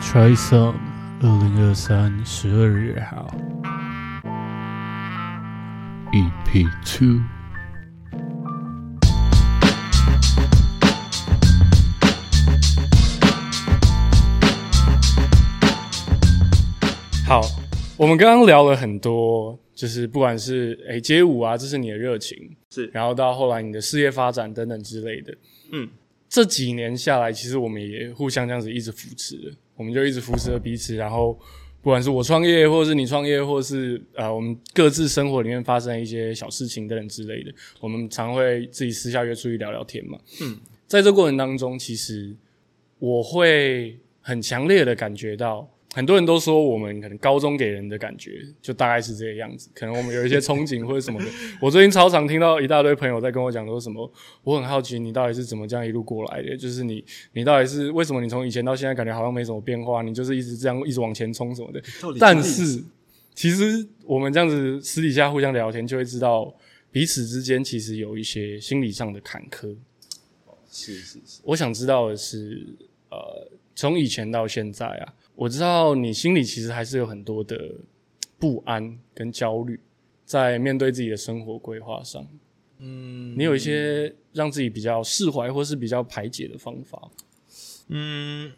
Try Some 二零二三十二月号 EP Two。好，我们刚刚聊了很多，就是不管是诶、街舞啊，这是你的热情，是然后到后来你的事业发展等等之类的，嗯，这几年下来，其实我们也互相这样子一直扶持了，我们就一直扶持了彼此，然后不管是我创业，或者是你创业，或者是呃我们各自生活里面发生的一些小事情等等之类的，我们常会自己私下约出去聊聊天嘛，嗯，在这过程当中，其实我会很强烈的感觉到，很多人都说我们可能高中给人的感觉就大概是这个样子，可能我们有一些憧憬或者 什么的。我最近超常听到一大堆朋友在跟我讲说什么，我很好奇你到底是怎么这样一路过来的，就是你你到底是为什么你从以前到现在感觉好像没什么变化，你就是一直这样一直往前冲什么 的。到底但是其实我们这样子私底下互相聊天，就会知道彼此之间其实有一些心理上的坎坷。是是是，我想知道的是，呃，从以前到现在啊，我知道你心里其实还是有很多的嘖不安跟焦虑，在面对自己的生活规划上，嗯你有一些让自己比较释怀或是比较排解的方法。嗯，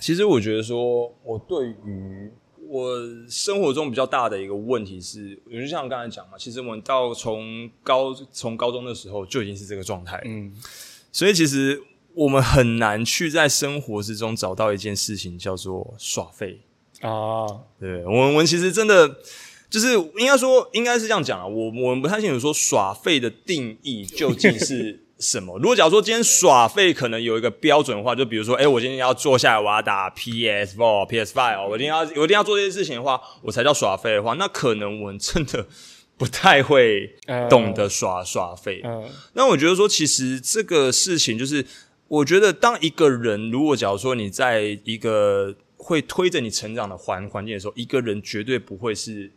其实我觉得说，我对于我生活中比较大的一个问题是，我就像刚才讲嘛，其实我们到从高从高中的时候就已经是这个状态了，嗯所以其实我们很难去在生活之中找到一件事情叫做耍废。啊，对，我们我们其实真的就是应该说，应该是这样讲啊。我我们不太清楚说耍废的定义究竟是什么。如果假如说今天耍废可能有一个标准化，就比如说，哎、我今天要坐下来，我要打 PS Four、PS Five，我一定要我一定要做这些事情的话，我才叫耍废的话，那可能我们真的不太会呃懂得耍、耍废。嗯、那我觉得说，其实这个事情就是，我觉得当一个人如果假如说你在一个会推着你成长的环环境的时候，一个人绝对不会是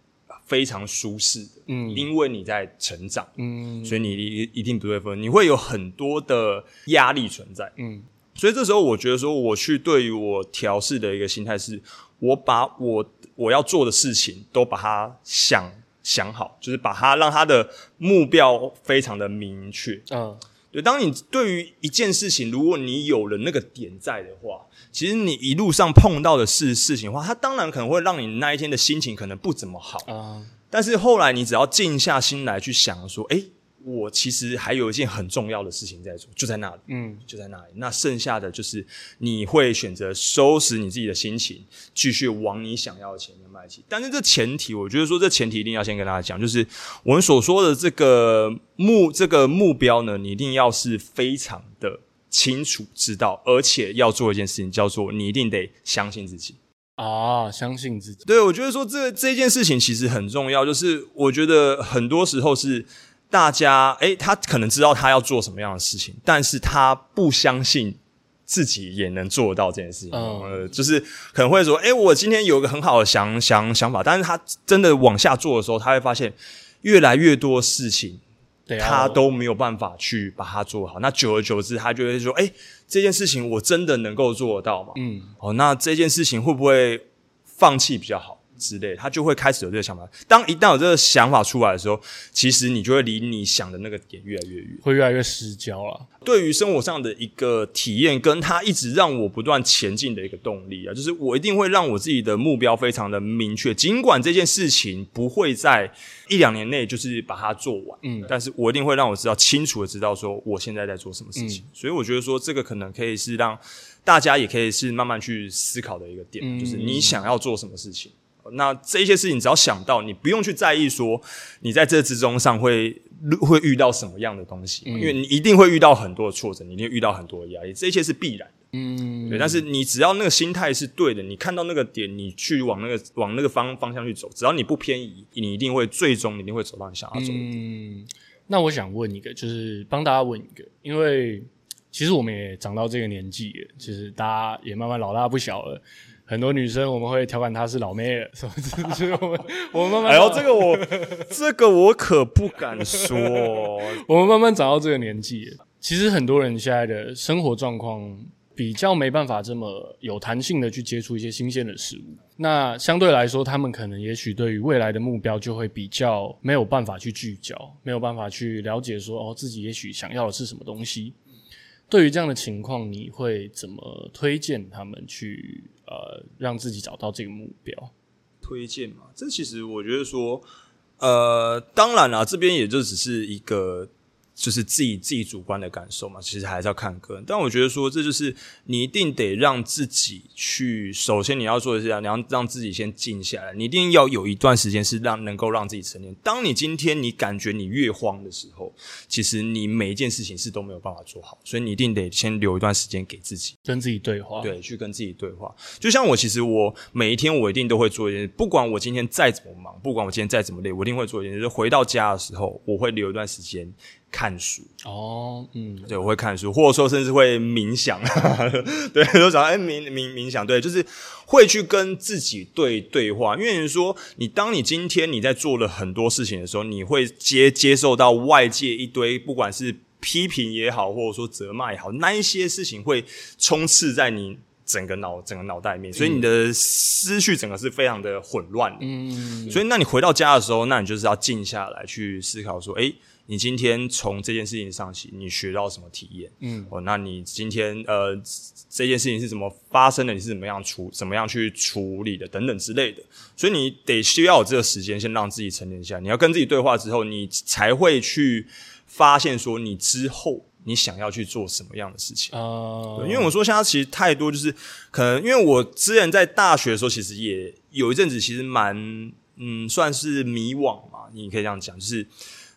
非常舒适的，嗯因为你在成长，嗯所以你一一定不会分，你会有很多的压力存在。嗯所以这时候我觉得说，我去对于我调试的一个心态是，我把我我要做的事情都把它想想好，就是把它让它的目标非常的明确。嗯对，当你对于一件事情，如果你有了那个点在的话，其实你一路上碰到的事事情的话，它当然可能会让你那一天的心情可能不怎么好。啊但是后来你只要静下心来去想说，诶，我其实还有一件很重要的事情在做，就在那里。嗯就在那里。那剩下的就是你会选择收拾你自己的心情，继续往你想要的前面迈进。但是这前提，我觉得说这前提一定要先跟大家讲，就是我们所说的这个目这个目标呢，你一定要是非常的清楚知道，而且要做一件事情，叫做你一定得相信自己。啊，相信自己。对，我觉得说这这件事情其实很重要，就是我觉得很多时候是大家，诶，他可能知道他要做什么样的事情，但是他不相信自己也能做到这件事情。嗯呃，就是可能会说，诶，我今天有一个很好的想想想法，但是他真的往下做的时候，他会发现越来越多事情对啊，他都没有办法去把它做好。那久而久之，他就会说，诶，这件事情我真的能够做得到吗？嗯哦，那这件事情会不会放弃比较好之类的，他就会开始有这个想法。当一旦有这个想法出来的时候，其实你就会离你想的那个点越来越远。会越来越失焦啊了。对于生活上的一个体验，跟他一直让我不断前进的一个动力啊，就是我一定会让我自己的目标非常的明确，尽管这件事情不会在一两年内就是把它做完，嗯但是我一定会让我知道清楚的知道说我现在在做什么事嗯情，所以我觉得说这个可能可以是让大家也可以是慢慢去思考的一个点，嗯就是你想要做什么事情。那这些事情只要想到，你不用去在意说你在这之中上会会遇到什么样的东嗯西，因为你一定会遇到很多的挫折，你一定会遇到很多的压力，这些是必然的。嗯，对，但是你只要那个心态是对的，你看到那个点，你去往那个往那个方方向去走，只要你不偏移，你一定会最终你一定会走到你想要走的。嗯，那我想问一个，就是帮大家问一个，因为其实我们也长到这个年纪了，就是大家也慢慢老大不小了。很多女生我们会调侃她是老妹了，什么之类的，就是我们我们慢慢，哎呦，这个我这个我可不敢说哦、我们慢慢长到这个年纪了，其实很多人现在的生活状况。比较没办法这么有弹性的去接触一些新鲜的事物。那相对来说，他们可能也许对于未来的目标就会比较没有办法去聚焦，没有办法去了解说哦，自己也许想要的是什么东西。对于这样的情况，你会怎么推荐他们去呃让自己找到这个目标？推荐嘛，这其实我觉得说，呃，当然啦，这边也就只是一个就是自己自己主观的感受嘛，其实还是要看个人。但我觉得说，这就是你一定得让自己去，首先你要做的是这样，你要让自己先静下来，你一定要有一段时间是让能够让自己沉淀。当你今天你感觉你越慌的时候，其实你每一件事情是都没有办法做好，所以你一定得先留一段时间给自己。跟自己对话，对，去跟自己对话。就像我，其实我每一天我一定都会做一件，不管我今天再怎么忙，不管我今天再怎么累，我一定会做一件，就是回到家的时候，我会留一段时间看书。哦，嗯，对，我会看书，或者说甚至会冥想。 对，都想哎冥冥冥想，对，就是会去跟自己对对话。因为你说，你当你今天你在做了很多事情的时候，你会接接受到外界一堆，不管是批评也好，或者说责骂也好，那一些事情会充斥在你。整个脑整个脑袋里面，所以你的思绪整个是非常的混乱的。嗯，所以，那你回到家的时候，那你就是要静下来去思考说，诶，你今天从这件事情上起，你学到什么体验？嗯，哦，那你今天呃这件事情是怎么发生的？你是怎么样处怎么样去处理的？等等之类的。所以你得需要有这个时间，先让自己沉淀下来。你要跟自己对话之后，你才会去发现说，你之后你想要去做什么样的事情。呃，对，因为我说现在其实太多，就是可能因为我之前在大学的时候，其实也有一阵子其实蛮嗯，算是迷惘嘛，你可以这样讲，就是。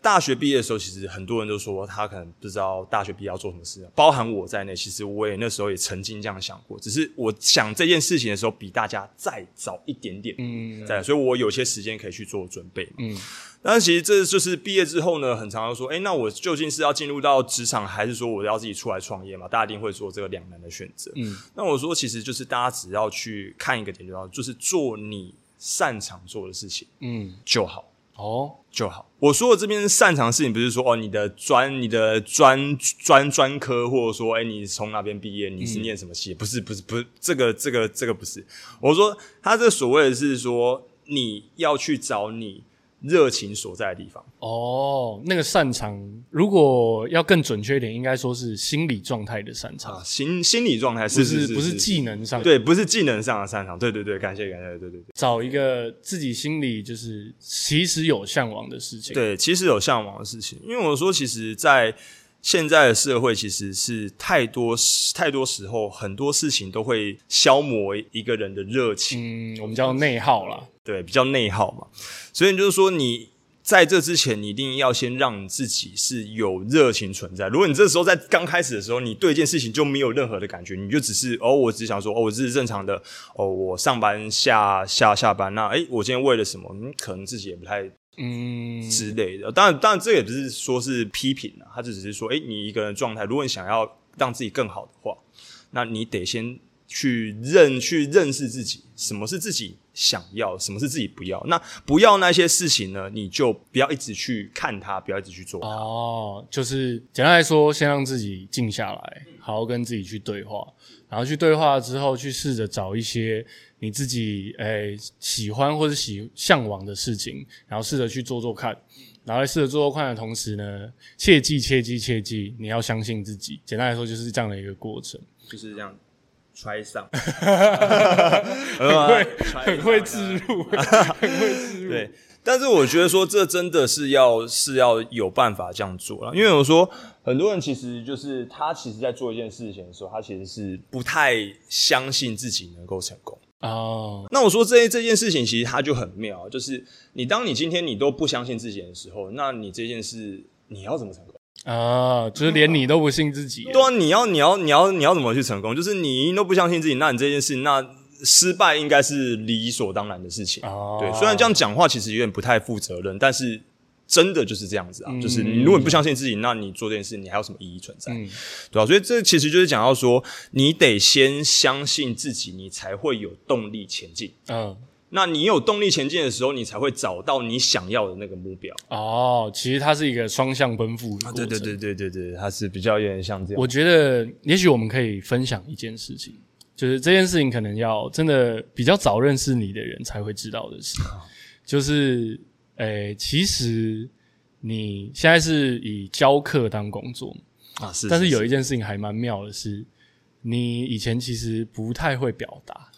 大学毕业的时候，其实很多人都说他可能不知道大学毕业要做什么事，包含我在内。其实我也那时候也曾经这样想过，只是我想这件事情的时候比大家再早一点点，嗯，在，所以我有些时间可以去做准备嘛。嗯，但其实这就是毕业之后呢，很常常说，哎、那我究竟是要进入到职场，还是说我要自己出来创业嘛？大家一定会做这个两难的选择。嗯，那我说，其实就是大家只要去看一个点就好，就是做你擅长做的事情嗯，就好。哦，就好。我说的这边擅长的事情，不是说哦你的专你的专专专科，或者说哎你从哪边毕业，你是念什么系？嗯不是不是不是这个这个这个不是。我说他这所谓的是说你要去找你热情所在的地方。哦，那个擅长，如果要更准确一点，应该说是心理状态的擅长，啊，心心理状态不是是是不是技能上。，对，不是技能上的擅长。对对对，感谢感谢，对对对。找一个自己心里就是其实有向往的事情。，对，其实有向往的事情，因为我说，其实，在现在的社会，其实是太多太多时候，很多事情都会消磨一个人的热情，嗯，我们叫内耗啦。对，比较内耗嘛。所以就是说，你在这之前，你一定要先让你自己是有热情存在。如果你这时候在刚开始的时候，你对一件事情就没有任何的感觉，你就只是哦，我只想说，哦，我只是正常的，哦，我上班下下下班，那诶，我今天为了什么？嗯，可能自己也不太嗯，之类的。当然，当然这也不是说是批评啊，他只是说，哎、你一个人的状态，如果你想要让自己更好的话，那你得先去认去认识自己，什么是自己想要，什么是自己不要。那不要那些事情呢，你就不要一直去看它，不要一直去做它。哦，就是简单来说，先让自己静下来，好好跟自己去对话，然后去对话之后，去试着找一些你自己诶、喜欢或者喜向往的事情，然后试着去做做看。然后在试着做做看的同时呢，切记切记切记，你要相信自己。简单来说，就是这样的一个过程。就是这样。揣 上，很很会 很会呃自入，很会自入。对，但是我觉得说这真的是要是要有办法这样做了，因为我说很多人其实就是他其实在做一件事情的时候，他其实是不太相信自己能够成功。哦，那我说这这件事情其实它就很妙，就是你当你今天你都不相信自己的时候，那你这件事你要怎么成功？啊，就是连你都不信自己。对啊，你要你要你要你要怎么去成功？就是你都不相信自己，那你这件事那失败应该是理所当然的事情。哦，对，虽然这样讲话其实有点不太负责任，但是真的就是这样子啊，嗯就是你如果你不相信自己，那你做这件事，你还有什么意义存在？嗯对啊，所以这其实就是讲到说，你得先相信自己，你才会有动力前进。嗯那你有动力前进的时候，你才会找到你想要的那个目标。哦，其实它是一个双向奔赴的、啊对对对，对对对，它是比较有点像这样。我觉得也许我们可以分享一件事情，就是这件事情可能要真的比较早认识你的人才会知道的事， 就是诶、其实你现在是以教课当工作嘛，啊是，但是有一一件事情还蛮妙的是，你以前其实不太会表 达，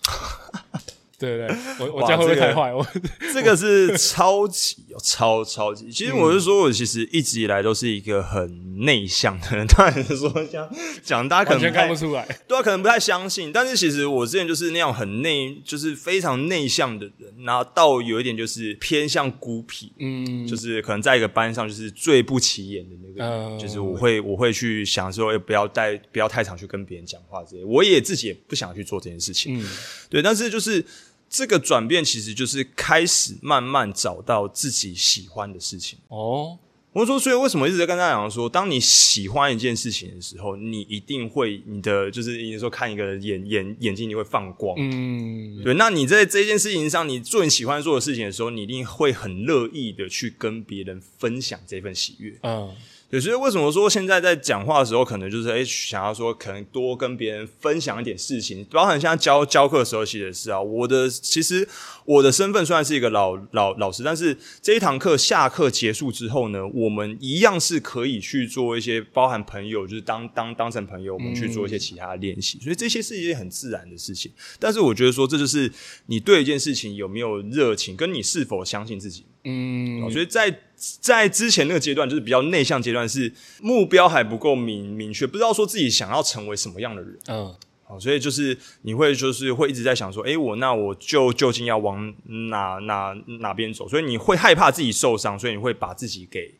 对不对？我我哇这样会不会这个太坏？我这个是超级哦超超级。其实我是说，我其实一直以来都是一个很内向的人。当然是说像讲大家可完能全不太看不出来。对啊，可能不太相信，但是其实我之前就是那样很内，就是非常内向的人，然后到有一点就是偏向孤僻，嗯，就是可能在一个班上就是最不起眼的那个人，嗯就是我会我会去想说，哎，不要带不要太常去跟别人讲话之类，我也自己也不想去做这件事情，嗯对，但是就是。这个转变其实就是开始慢慢找到自己喜欢的事情。哦，我说，所以为什么一直在跟大家讲说，当你喜欢一件事情的时候，你一定会你的就是你说看一个人眼眼眼睛你会放光，嗯，对。那你在这件事情上，你做你喜欢做的事情的时候，你一定会很乐意的去跟别人分享这份喜悦。嗯，对，所以为什么说现在在讲话的时候，可能就是哎、诶想要说可能多跟别人分享一点事情，包含像教教课的时候，其实也是啊，我的其实我的身份虽然是一个老老老师，但是这一堂课下课结束之后呢，我们一样是可以去做一些包含朋友，就是当当当成朋友，我们去做一些其他的练习，所以这些是一件很自然的事情。但是我觉得说，这就是你对一件事情有没有热情，跟你是否相信自己。嗯，哦所以在在之前那个阶段，就是比较内向阶段，是目标还不够明明确，不知道说自己想要成为什么样的人。嗯，好，所以就是你会就是会一直在想说，诶，我那我就究竟要往哪哪哪边走？所以你会害怕自己受伤，所以你会把自己给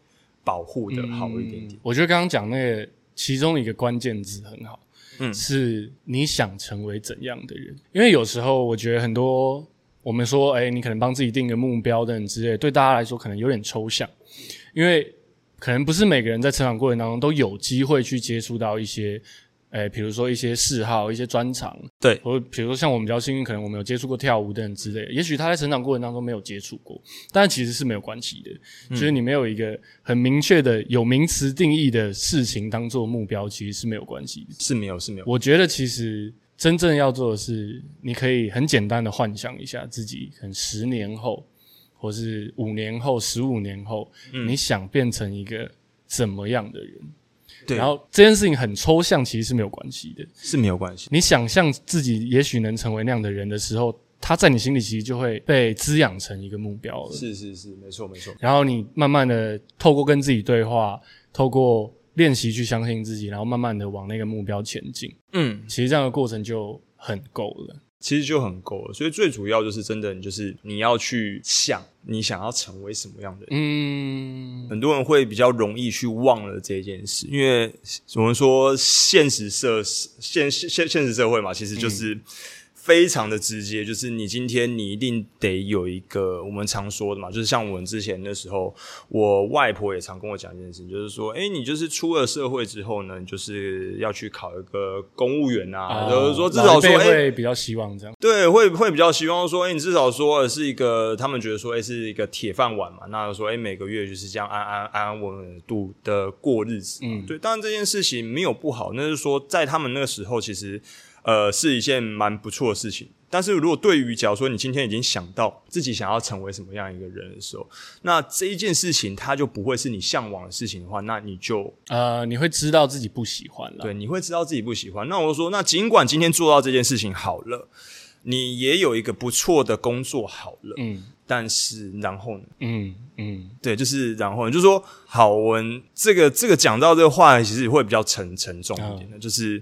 保护嗯的好一点点。我觉得刚刚讲那个其中一个关键字很好，嗯是你想成为怎样的人？因为有时候我觉得很多我们说，哎、你可能帮自己定个目标等等之类的，对大家来说可能有点抽象，因为可能不是每个人在成长过程当中都有机会去接触到一些。哎，比如说一些嗜好、一些专长，对或者比如说像我们比较幸运，可能我们有接触过跳舞等等之类的。也许他在成长过程当中没有接触过，但其实是没有关系的。就是你没有一个很明确的有名词定义的事情当做目标，其实是没有关系的。是没有，是没有。我觉得其实真正要做的是，你可以很简单的幻想一下自己，可能十年后，或是五年后、十五年后，你想变成一个怎么样的人？对，然后这件事情很抽象，其实是没有关系的。是没有关系。你想象自己也许能成为那样的人的时候，他在你心里其实就会被滋养成一个目标了。是是是，没错没错。然后你慢慢的透过跟自己对话，透过练习去相信自己，然后慢慢的往那个目标前进。嗯，其实这样的过程就很够了。其实就很够了。所以最主要就是真的，你就是你要去想你想要成为什么样的人。嗯，很多人会比较容易去忘了这件事，因为我们说现实社现现现现实社会嘛，其实嗯就是非常的直接，就是你今天你一定得有一个我们常说的嘛，就是像我们之前的时候，我外婆也常跟我讲一件事，就是说，哎、你就是出了社会之后呢，你就是要去考一个公务员啊，就是说至少老一说，辈哎、会比较希望这样。对，会会比较希望说，哎、你至少说呃是一个，他们觉得说，哎、是一个铁饭碗嘛。那说，哎、每个月就是这样安安安安稳稳地度的过日子。嗯，对。当然这件事情没有不好，那是说在他们那个时候，其实呃是一件蛮不错的事情。但是如果对于假如说你今天已经想到自己想要成为什么样一个人的时候，那这一件事情它就不会是你向往的事情的话，那你就呃，你会知道自己不喜欢了。对，你会知道自己不喜欢。那我就说，那尽管今天做到这件事情好了，你也有一个不错的工作好了，嗯但是然后呢？嗯嗯，对，就是然后呢，就是说好文这个这个讲到这个话，其实会比较沉沉重一点的，就是。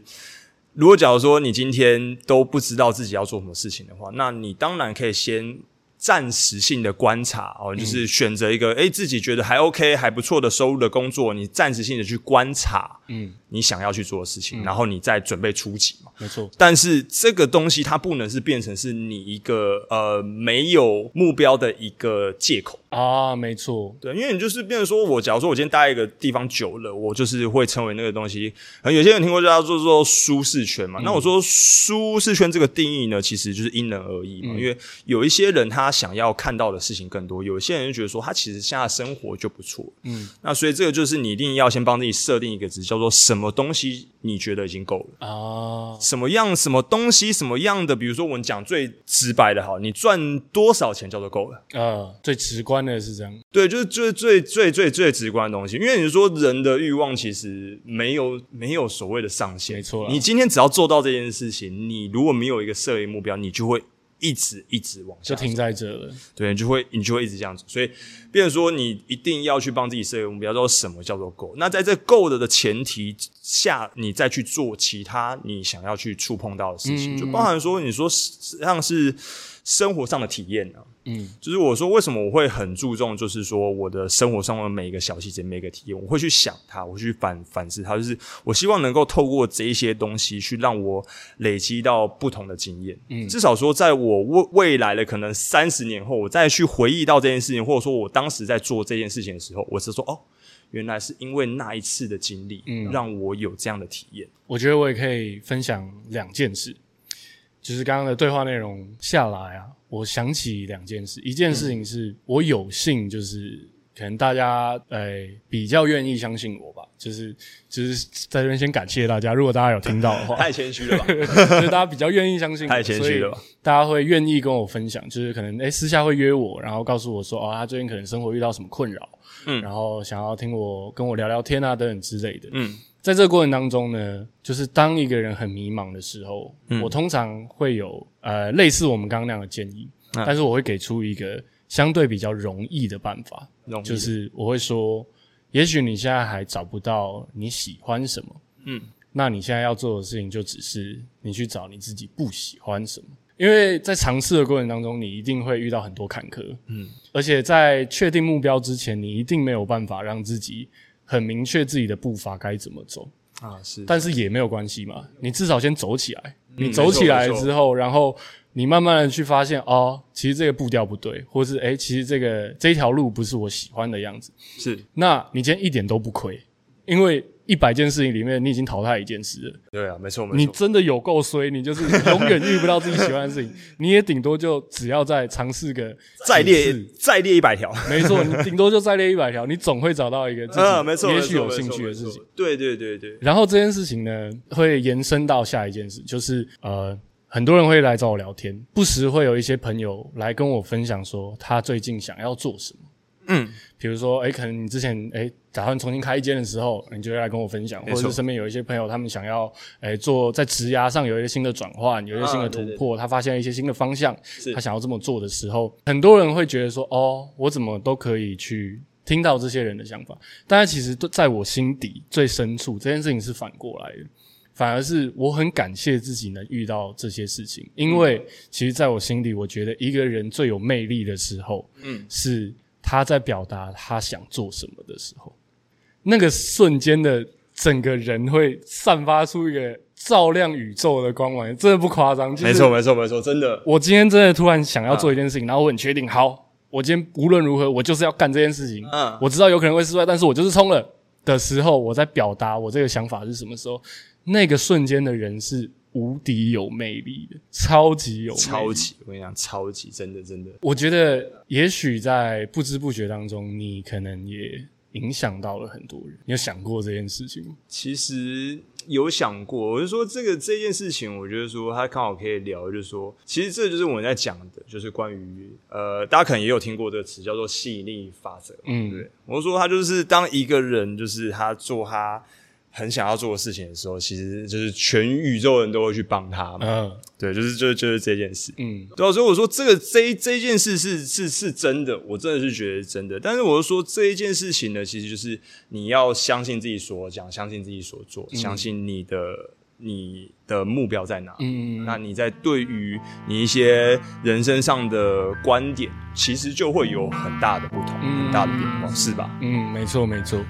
如果假如说你今天都不知道自己要做什么事情的话，那你当然可以先暂时性的观察哦，就是选择一个诶自己觉得还 OK 还不错的收入的工作，你暂时性的去观察，嗯，你想要去做的事情，然后你再准备出击嘛。没错，但是这个东西它不能是变成是你一个呃没有目标的一个借口。啊，没错，对，因为你就是变成说我，假如说我今天待一个地方久了，我就是会成为那个东西。呃有些人听过叫做做舒适圈嘛，那我说舒适圈这个定义呢，其实就是因人而异嘛。因为有一些人他想要看到的事情更多，有一些人就觉得说他其实现在生活就不错，嗯，那所以这个就是你一定要先帮自己设定一个值，叫做什么东西你觉得已经够了。啊，什么样什么东西什么样的，比如说我们讲最直白的好，你赚多少钱叫做够了。呃，最直观的是这样，对，就是最最最最最直观的东西，因为你说人的欲望其实没有没有所谓的上限，没错啦你今天只要做到这件事情，你如果没有一个设立目标，你就会一直一直往下就停在这了。对，你就会你就会一直这样子，所以变成说你一定要去帮自己设定目标，说什么叫做够。那在这够的的前提下，你再去做其他你想要去触碰到的事嗯情，就包含说你说是像是生活上的体验啊。嗯，就是我说为什么我会很注重，就是说我的生活上的每一个小细节、每一个体验，我会去想它，我会去反反思它，就是我希望能够透过这一些东西去让我累积到不同的经验。嗯，至少说在我未未来的可能三十年后，我再去回忆到这件事情，或者说我当时在做这件事情的时候，我是说哦，原来是因为那一次的经历，嗯，让我有这样的体验。我觉得我也可以分享两件事，就是刚刚的对话内容下来啊，我想起两件事，一件事嗯情是、我有幸就是。可能大家呃比较愿意相信我吧，就是就是在这边先感谢大家，如果大家有听到的话，太谦虚了 吧？就是大家比较愿意相信我，太谦虚了 吧所以大家会愿意跟我分享，就是可能哎、诶私下会约我，然后告诉我说哦，他最近可能生活遇到什么困扰，嗯，然后想要听我跟我聊聊天啊等等之类的。嗯，在这个过程当中呢，就是当一个人很迷茫的时候，我通常会有呃类似我们刚刚那样的建议，但是我会给出一个相对比较容易的办法，容易的就是我会说，也许你现在还找不到你喜欢什么，嗯，那你现在要做的事情就只是你去找你自己不喜欢什么。因为在尝试的过程当中，你一定会遇到很多坎坷，嗯，而且在确定目标之前，你一定没有办法让自己很明确自己的步伐该怎么走，啊，是，但是也没有关系嘛，你至少先走起来。你没走起错来没错之后，然后你慢慢的去发现，哦，其实这个步调不对，或是诶，其实这个这条路不是我喜欢的样子。是那你今天一点都不亏，因为一百件事情里面，你已经淘汰一件事了。对啊，没错，没你错。真的有够衰，你就是永远遇不到自己喜欢的 事情，你也顶多就只要再尝试个再几列次再列一百条，没 错，你顶多就再列一百条，你总会找到一个自己嗯，没错，也没许错有没兴错趣没的事错情。对对对对，然后这件事情呢，会延伸到下一件事，就是呃，很多人会来找我聊天，不时会有一些朋友来跟我分享说他最近想要做什么。嗯，比如说，哎，可能你之前哎打算重新开一间的时候，你就会来跟我分享，或没者错是身边有一些朋友他们想要哎做在职涯上有一些新的转换，有一些新的啊突对对破，他发现了一些新的方向，是他想要这么做的时候，很多人会觉得说，哦，我怎么都可以去听到这些人的想法，但是其实都在我心底最深处，这件事情是反过来的。反而是我很感谢自己能遇到这些事嗯情，因为其实在我心里，我觉得一个人最有魅力的时候，嗯，是他在表达他想做什么的时候，那个瞬间的整个人会散发出一个照亮宇宙的光芒，真的不夸张，就是没错没嗯错没错，真的我今天真的突然想要做一件事情，然后我很确定，好，我今天无论如何，我就是要干这件事情。嗯我知道有可能会失败，但是我就是冲了的时候，我在表达我这个想法是什么时候，那个瞬间的人是无敌有魅力的，超级有魅力超。级，我跟你讲，超级真的真的，我觉得也许在不知不觉当中，你可能也影响到了很多人。你有想过这件事情吗？其实有想过，我就说这个这件事情，我觉得说他刚好可以聊，就是说，其实这就是我们在讲的，就是关于呃，大家可能也有听过这个词叫做吸引力法则，嗯嗯，对，我就说他就是当一个人就是他做他很想要做的事情的时候，其实就是全宇宙人都会去帮他嘛，嗯对，就是就是就是这件事，嗯对啊，所以我说这个这一这一件事是是是真的，我真的是觉得是真的。但是我是说这一件事情呢，其实就是你要相信自己所讲，相信自己所做，嗯相信你的你的目标在哪。嗯，那你在对于你一些人生上的观点，其实就会有很大的不同，嗯很大的变化，是吧？嗯，没错没错。